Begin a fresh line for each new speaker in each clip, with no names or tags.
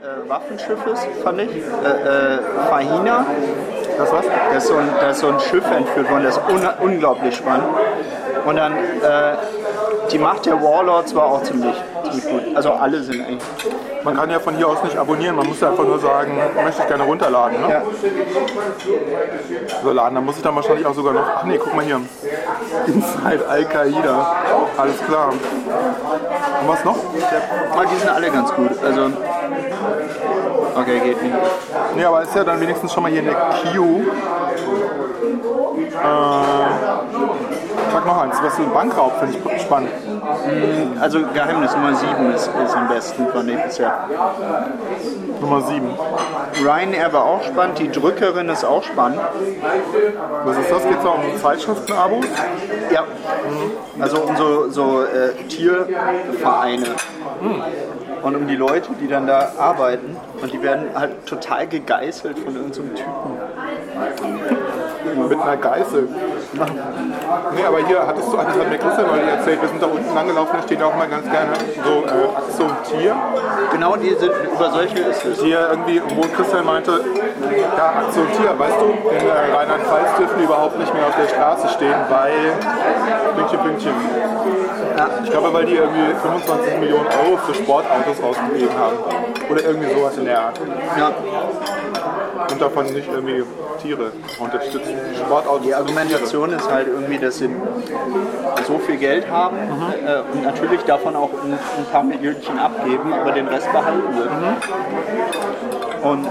äh, Waffenschiffes, fand ich. Äh, äh, Fahina. Das was? Da ist, so ein, da ist so ein Schiff entführt worden, das ist un unglaublich spannend. Und dann äh, die Macht der Warlords war auch ziemlich, ziemlich gut. Also alle sind eigentlich.
Man kann ja von hier aus nicht abonnieren, man muss ja einfach nur sagen, möchte ich gerne runterladen. Ne?
Ja,
So laden, dann muss ich dann wahrscheinlich auch sogar noch. Ach nee, guck mal hier. Inside Al-Qaida. Alles klar. Und was noch?
Ah, die sind alle ganz gut. Also. Okay, geht nicht.
Nee, aber ist ja dann wenigstens schon mal hier eine Q. Äh, sag noch eins, was ist Bankraub, finde ich spannend.
Also Geheimnis Nummer 7 ist, ist am besten von dem bisher.
Nummer 7.
Ryanair war auch spannend, die Drückerin ist auch spannend.
Was ist das? Geht es um Zeitschriftenabos?
Ja. Also um so, so äh, Tiervereine. Und um die Leute, die dann da arbeiten. Und die werden halt total gegeißelt von irgendeinem Typen.
Mit einer Geißel. Nee, aber hier hattest du, das hat mir Christian neulich erzählt, wir sind da unten langgelaufen, da steht auch mal ganz gerne so äh, Aktion Tier.
Genau die sind, über solche ist es.
Hier irgendwie, wo Christian meinte, ja, Aktion Tier, weißt du, in äh, Rheinland-Pfalz dürfen die überhaupt nicht mehr auf der Straße stehen, weil, Pünktchen, Pünktchen. Ich glaube, weil die irgendwie 25 Millionen Euro für Sportautos ausgegeben haben. Oder irgendwie sowas in der Art.
Ja,
Und davon nicht irgendwie Tiere unterstützen. Sportautos.
die Argumentation ist halt irgendwie, dass sie so viel Geld haben äh, und natürlich davon auch ein, ein paar Millionchen abgeben, aber den Rest behalten würden. Und,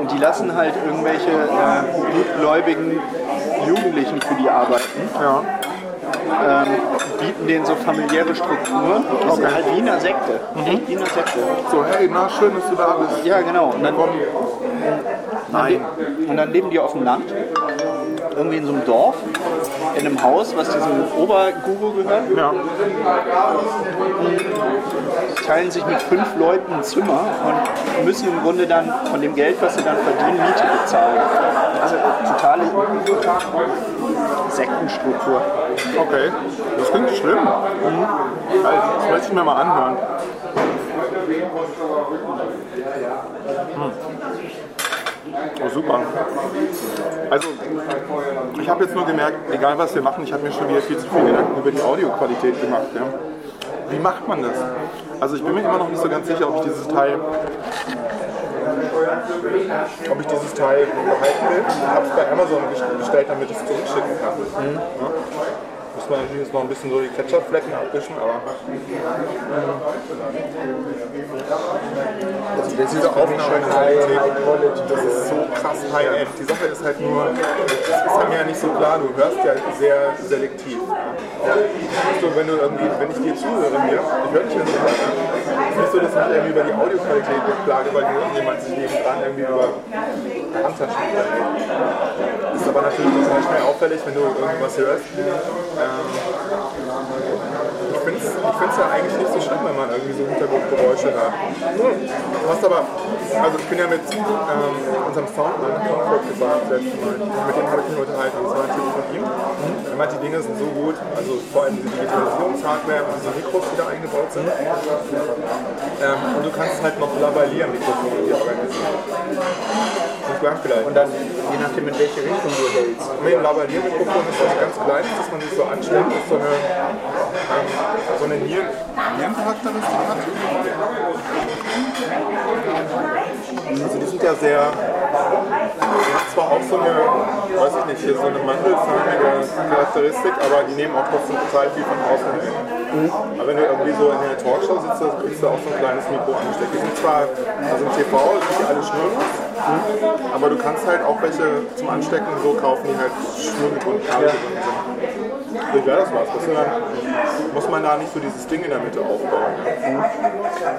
und die lassen halt irgendwelche äh, gutgläubigen Jugendlichen für die arbeiten,
Ja.
bieten denen so familiäre Strukturen. Das ist halt wie in einer Sekte. Echt wie in einer Sekte.
So, hey, na, schön, dass du da bist.
Ja, genau. Und dann,
Komm. Nein.
Und dann leben die auf dem Land, irgendwie in so einem Dorf, in einem Haus, was diesem Oberguru gehört,
Ja.
teilen sich mit fünf Leuten ein Zimmer und müssen im Grunde dann von dem Geld, was sie dann verdienen, Miete bezahlen. Also totale Sektenstruktur.
Okay, das klingt schlimm. Also, das möchte ich mir mal anhören. Hm. Oh, super. Also, ich habe jetzt nur gemerkt, egal was wir machen, ich habe mir schon wieder viel zu viel Gedanken über die Audioqualität gemacht. Ja. Wie macht man das? Also, ich bin mir immer noch nicht so ganz sicher, ob ich dieses Teil ob ich dieses Teil behalten will. Ich habe es bei Amazon gest- bestellt, damit ich es zurückschicken kann. Ja. Muss man natürlich jetzt noch ein bisschen so die Ketchupflecken abwischen, aber ähm, also das ist auch Das ist so krass high-end. Die Sache ist halt nur, das ist halt mir ja nicht so klar, du hörst ja sehr selektiv. Ja. Weißt du, wenn, du irgendwie, wenn ich dir zuhöre, mir, ich höre dich ja nicht. Es ist nicht so, dass ich irgendwie über die Audioqualität beklage, weil hier irgendjemand sich nebendran irgendwie über Handtaschen redet. Ist aber natürlich total schnell auffällig, wenn du irgendwas hörst. Ähm, ich finde es ich find's ja eigentlich nicht so schlimm, wenn man irgendwie so Hintergrundgeräusche hört. Du hast aber, also ich bin ja mit ähm, unserem Soundman Frankfurt gesagt, letztes Mal. Mit dem habe ich mich halt, unterhalten, das war ein Typ von ihm. Er meinte, die Dinge sind so gut, also vor allem diese Digitalisierungshardware und diese Mikros, die da eingebaut sind. Ähm, und du kannst halt noch lavalieren, Mikrofone, die organisieren. Das gleich vielleicht.
Und dann, je nachdem in welche Richtung du hältst.
Mit dem Lavalier-Mikrofon ist das ganz klein, dass man sich so anstellt, dass so eine, ähm, so eine Nieren Nierencharakteristik hat. Also die sind ja sehr, die hat zwar auch so eine, weiß ich nicht, hier so eine mandelförmige Charakteristik, aber die nehmen auch trotzdem total viel von außen hin. Aber wenn du irgendwie so in der Talkshow sitzt, dann kriegst du auch so ein kleines Mikro angesteckt. Die sind zwar, also im TV ist nicht alle schnurlos, aber du kannst halt auch welche zum Anstecken so kaufen, die halt schnurgebunden, kabelgebunden sind. Ich wäre das was. Das ist dann, muss man da nicht so dieses Ding in der Mitte aufbauen. Ja?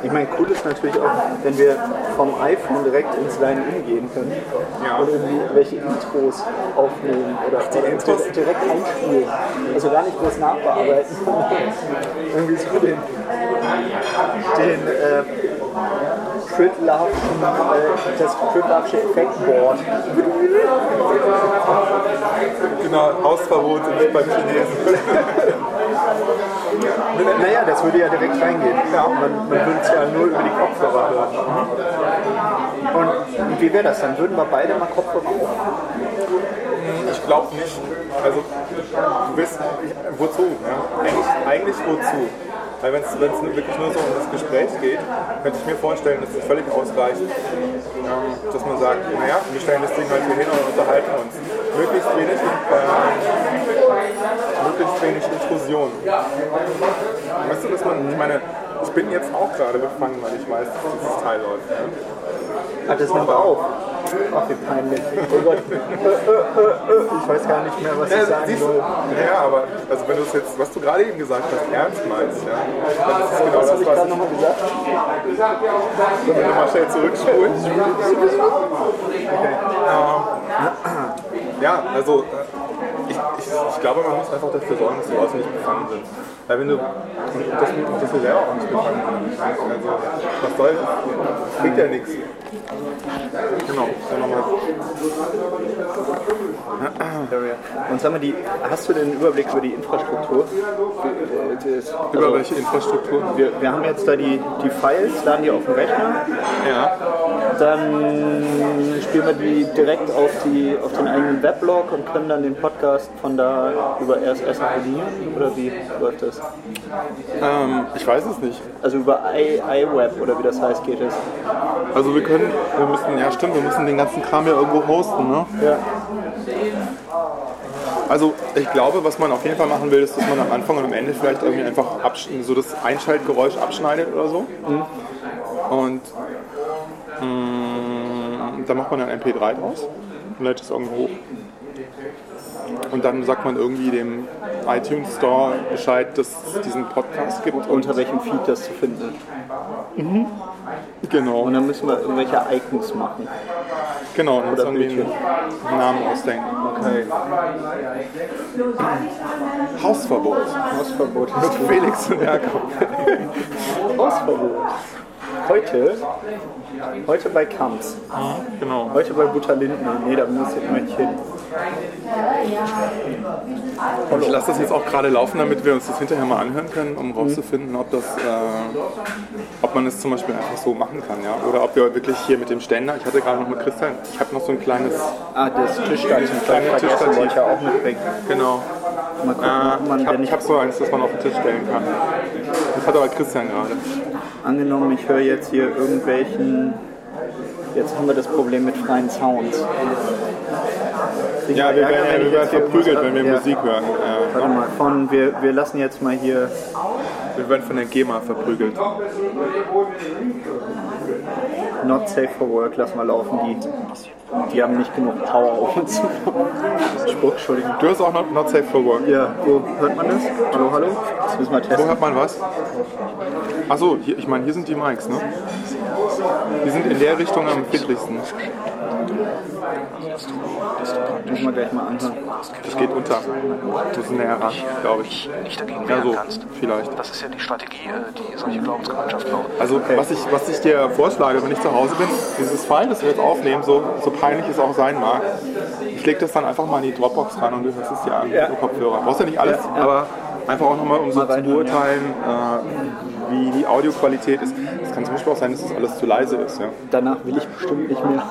Ich meine, cool ist natürlich auch, wenn wir vom iPhone direkt ins Line umgehen können
Ja.
und irgendwie welche Intros aufnehmen oder
Intros?
di- direkt einspielen. Also gar nicht groß nachbearbeiten. irgendwie so den, den äh, Pritlaffschen, äh, das Pritlaffsche Effektboard.
Genau, Hausverbot und nicht beim Chinesen.
Naja, das würde ja direkt reingehen. Man, man würde es ja nur über die Kopfhörer hören. Mhm. wie wäre das? Dann würden wir beide mal Kopf machen.
Ich glaube nicht. Also, du bist, wozu? Ne? Eigentlich, eigentlich wozu? Weil wenn es wirklich nur so um das Gespräch geht, könnte ich mir vorstellen, dass es völlig ausreicht, ähm, dass man sagt, naja, wir stellen das Ding halt hier hin und unterhalten uns. Möglichst wenig, äh, möglichst wenig Intrusion. Weißt du, dass man, ich meine, ich bin jetzt auch gerade befangen, weil ich weiß, dass dieses Teil läuft. Ne?
Ah, das nimmt auf. Ach, wie peinlich. Oh Gott. Äh, äh, äh, äh. ich weiß gar nicht mehr, was
Ja,
ich sagen
siehst du,
soll.
ja, aber also wenn du es jetzt, was du gerade eben gesagt hast, ernst meinst, ja, dann ist es genau
Was
das,
habe ich
was
gerade
ich
nochmal gesagt?
Sollen wir nochmal schnell zurückspulen? Okay. Ähm, ja, also äh, ich, ich, ich glaube, man muss einfach dafür sorgen, dass die Leute nicht befangen sind. Weil wenn du, und dass, und dass wir selber auch nicht befangen sind. Also, was soll das? Bringt ja nichts. Genau, dann nochmal.
Und sag mal, die, hast du denn einen Überblick über die Infrastruktur? Äh, das-
Über
also,
welche Infrastruktur?
wir, wir haben jetzt da die, die Files, laden die auf dem Rechner,
Ja.
dann spielen wir die direkt auf, die, auf den eigenen Weblog und können dann den Podcast von da über RSS abonnieren? Oder wie läuft das?
Ähm, ich weiß es nicht.
Also über I, iWeb oder wie das heißt geht es.
Also wir können, wir müssen, ja stimmt, wir müssen den ganzen Kram ja irgendwo hosten, ne?
Ja.
Also ich glaube, was man auf jeden Fall machen will, ist, dass man am Anfang und am Ende vielleicht irgendwie einfach absch- so das Einschaltgeräusch abschneidet oder so. Und mh, da macht man dann MP3 draus und lädt es irgendwo hoch. Und dann sagt man irgendwie dem iTunes Store Bescheid, dass es diesen Podcast gibt. Und
Unter welchem Feed das zu finden.
genau,
Und dann müssen wir irgendwelche Icons machen.
genau, und uns
Oder
irgendwie einen Namen ausdenken.
Okay.
Hausverbot.
Hausverbot.
Mit Felix und Jakob.
Hausverbot. Heute, heute bei Kamps.
Genau.
Heute bei Butter Linden. Nee, da muss ich nicht hin.
Und ich lasse das jetzt auch gerade laufen, damit wir uns das hinterher mal anhören können, um rauszufinden, ob das, äh, ob man es zum Beispiel einfach so machen kann, ja, oder ob wir wirklich hier mit dem Ständer. Ich hatte gerade noch mit Christian, ich habe noch so ein kleines,
Ah, das Tischstativ. Ich
kleine Tischstativ.
vergessen, wollte ich ja auch mitbringen.
genau.
Mal gucken, ob
Äh,
man,
ich habe
wenn ich
hab so eins, das man auf den Tisch stellen kann. Das hat aber Christian gerade.
angenommen, ich höre jetzt hier irgendwelchen. Jetzt haben wir das Problem mit freien Sounds. Kriegen
Ja, genau. wir
Ärger,
werden, ja,
wenn
wir
ich
werden
jetzt hier
verprügelt, wenn
irgendwas-
wir
Ja.
Musik hören. Ja.
Warte mal, von, wir, wir lassen jetzt mal hier
Wir werden von der GEMA verprügelt.
Not Safe for Work, lass mal laufen, die, die haben nicht genug Power auf uns. Spruch, Entschuldigung.
Du hast auch noch Not Safe for Work.
Ja, wo hört man das? Hallo, hallo? Das müssen wir
Wo
testen.
hört man was? Achso, ich meine, hier sind die Mics, ne? Die sind in der Richtung am empfindlichsten.
Müssen wir gleich mal anhören.
Das geht unter. Du bist näher ran, glaube ich.
nicht dagegen
Ja,
wehren
so,
kannst.
vielleicht.
Das ist ja die Strategie, äh, die solche Glaubensgemeinschaften auch
Also, was, ich, was ich dir vorschlage, wenn ich zu Hause bin, dieses File, das wir jetzt aufnehmen, so, so peinlich es auch sein mag, ich lege das dann einfach mal in die Dropbox ran und du hörst es dir an,
Ja.
ja. Kopfhörer. Brauchst ja nicht alles, aber einfach auch nochmal, um so
Mal
zu
reinhören,
beurteilen, äh, wie die Audioqualität ist. Es kann zum Beispiel auch sein, dass das alles zu leise ist. Ja.
Danach will ich bestimmt nicht mehr.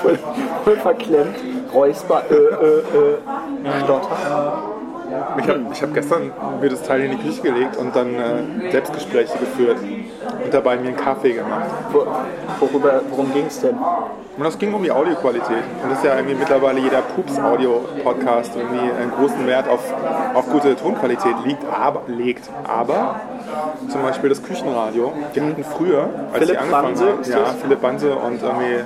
voll, voll verklemmt, räusper, äh, äh, äh, stotter.
Ich habe ich hab gestern mir das Teil in die Küche gelegt und dann äh, Selbstgespräche geführt und dabei mir einen Kaffee gemacht.
Wo, worüber, worum ging es denn?
Und das ging um die Audioqualität. Und das ist ja irgendwie mittlerweile jeder Pups-Audio-Podcast irgendwie einen großen Wert auf, auf gute Tonqualität liegt, aber, legt. Aber zum Beispiel das Küchenradio, die hatten früher, als
Philipp
sie angefangen
Banse
haben,
ist
ja,
das?
Philipp Banse und irgendwie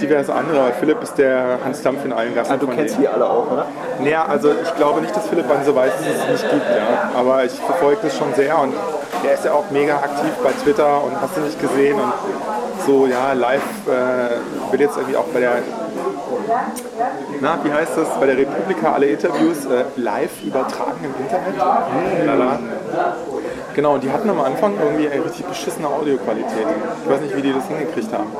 diverse andere. Philipp ist der Hans Dampf in allen Gassen.
Ah, du
von
kennst
denen.
die alle auch, oder?
Naja, also ich glaube nicht, dass Philipp Banse weiß, dass es mich gibt, ja. Aber ich verfolge das schon sehr und er ist ja auch mega aktiv bei Twitter und hast du nicht gesehen und so, ja, live äh, wird jetzt irgendwie auch bei der, na, wie heißt das, bei der Republika alle Interviews äh, live übertragen im Internet. Lala. Genau, und die hatten am Anfang irgendwie eine richtig beschissene Audioqualität. Ich weiß nicht, wie die das hingekriegt haben.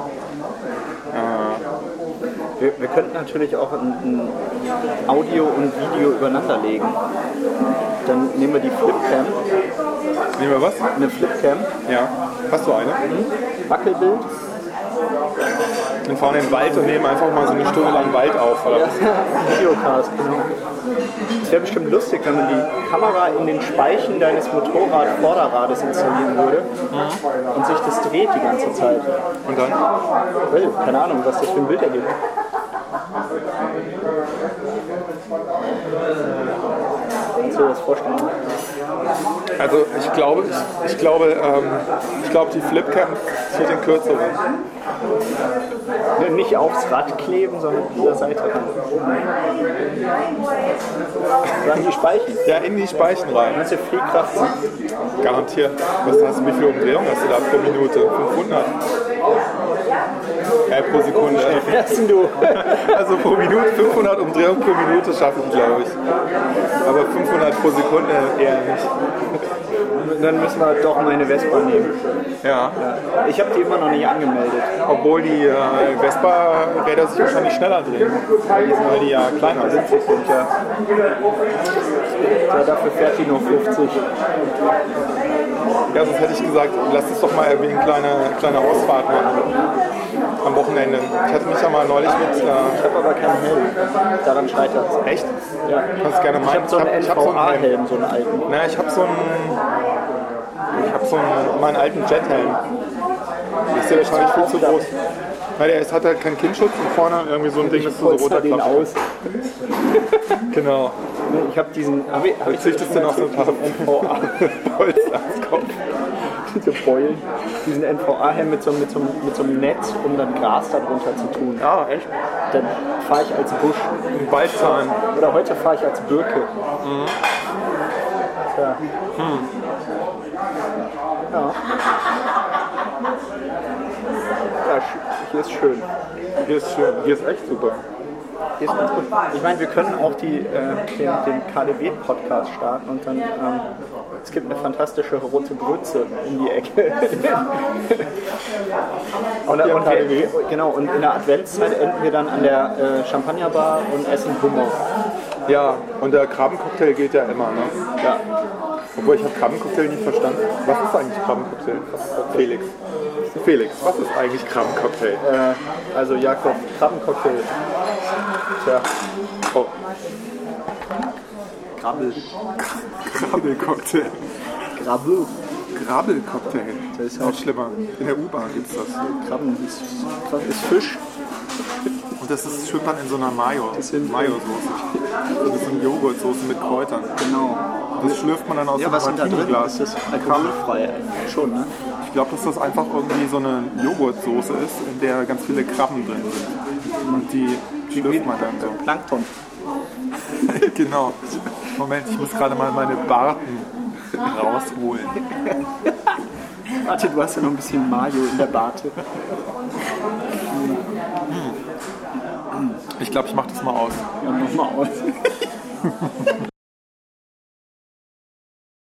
Wir, wir könnten natürlich auch ein, ein Audio und Video übereinander legen. Dann nehmen wir die Flipcam,
Nehmen wir was?
eine Flipcam,
Ja. Hast du eine?
Wackelbild
Wir fahren in den Wald und nehmen einfach mal so eine Stunde lang Wald auf. Oder?
Geocast, genau. Es wäre bestimmt lustig, wenn man die Kamera in den Speichen deines Motorrad-Vorderrades installieren würde und sich das dreht die ganze Zeit.
Und dann?
Well, keine Ahnung, was das für ein Bild ergibt. Kannst du dir das vorstellen?
Also ich glaube, ich, ich glaube, ähm, ich glaube, die Flipcam zieht den kürzeren.
Ne, Nicht aufs Rad kleben, sondern an der Seite ran. Dann die Speichen.
Ja, in die Speichen rein.
Ganze Fliehkraft.
Garantiert. Was hast du, wie viel Umdrehung hast du da pro Minute? 500? Äh, pro Sekunde.
Wer ist denn du?
Also pro Minute, 500 Umdrehungen pro Minute schaffe ich, glaube ich. Aber 500 pro Sekunde eher nicht.
Dann müssen wir doch meine Vespa nehmen.
Ja.
Ich habe die immer noch nicht angemeldet.
Obwohl die äh, Vespa-Räder sich wahrscheinlich schneller drehen. Weil die ja kleiner sind.
Und ja, ja, dafür fährt die nur 50.
Ja, sonst hätte ich gesagt, lass es doch mal irgendwie eine kleine, kleine Ausfahrt machen. Am Wochenende. Ich hatte mich ja mal neulich mit.
Ich
Äh,
habe aber keinen Helm. Daran scheitert es.
echt?
Ja.
Kannst gerne
Ich
machen.
habe so einen
ich hab so einen Helm.
NVA-Helm, so einen alten.
Na, ich habe so einen. Ich habe so einen, meinen alten Jethelm. Ist ja wahrscheinlich viel zu groß. Weil der ist, hat halt keinen Kinnschutz und vorne irgendwie so ein Ding, das du so
Polster den
runterklappst.
aus.
Genau.
Ne, Ich habe diesen. Hab ich, hab ich
Züchtest du noch so ein paar Polster ans Kopf?
diese Beulen, diesen NVA-Helm mit so, mit, so, mit so einem Netz, um dann Gras darunter zu tun.
Ja, Ah, echt?
Dann fahre ich als Busch.
Ein Ballzahn.
Oder heute fahre ich als Birke. Tja. Ja. ja. sch- Hier ist schön.
Hier ist schön. Hier ist echt super.
Hier ist ganz gut. Ich meine, wir können auch die, äh, den, den KDW-Podcast starten und dann. Ähm, es gibt eine fantastische rote Grütze in die Ecke. und,
Hier im
und
KDW?
wir, genau, und in der Adventszeit enden wir dann an der äh, Champagnerbar und essen Hummer.
Ja, und der Krabbencocktail geht ja immer, ne?
Ja.
Obwohl ich habe Krabbencocktail nicht verstanden. Was ist eigentlich Krabbencocktail? Felix. Felix, was ist eigentlich Krabbencocktail?
Äh, also Jakob, Krabbencocktail. Tja,
Oh,
Krabbel.
Krabbelcocktail.
Krabbel.
Grabbelcocktail. Das
ist
ist
auch-
auch schlimmer. In der U-Bahn gibt's das.
Krabben ist, Krabben ist Fisch.
Und das ist, schwimmt dann in so einer Mayo.
sind-
Mayo-Soße. Das ist eine Joghurtsoße mit Kräutern.
Genau.
Das schlürft man dann aus
Ja,
dem
was sind da drin?
Martini-Glas.
Ist das alkoholfrei? Schon, ne?
Ich glaube, dass das einfach irgendwie so eine Joghurtsoße ist, in der ganz viele Krabben drin sind. Und die schlürft man dann so.
Plankton.
genau. Moment, ich muss gerade mal meine Barten rausholen.
Warte, du hast ja noch ein bisschen Mayo in der Barte.
Ich glaube, ich mache das mal aus.
Ja, nochmal aus.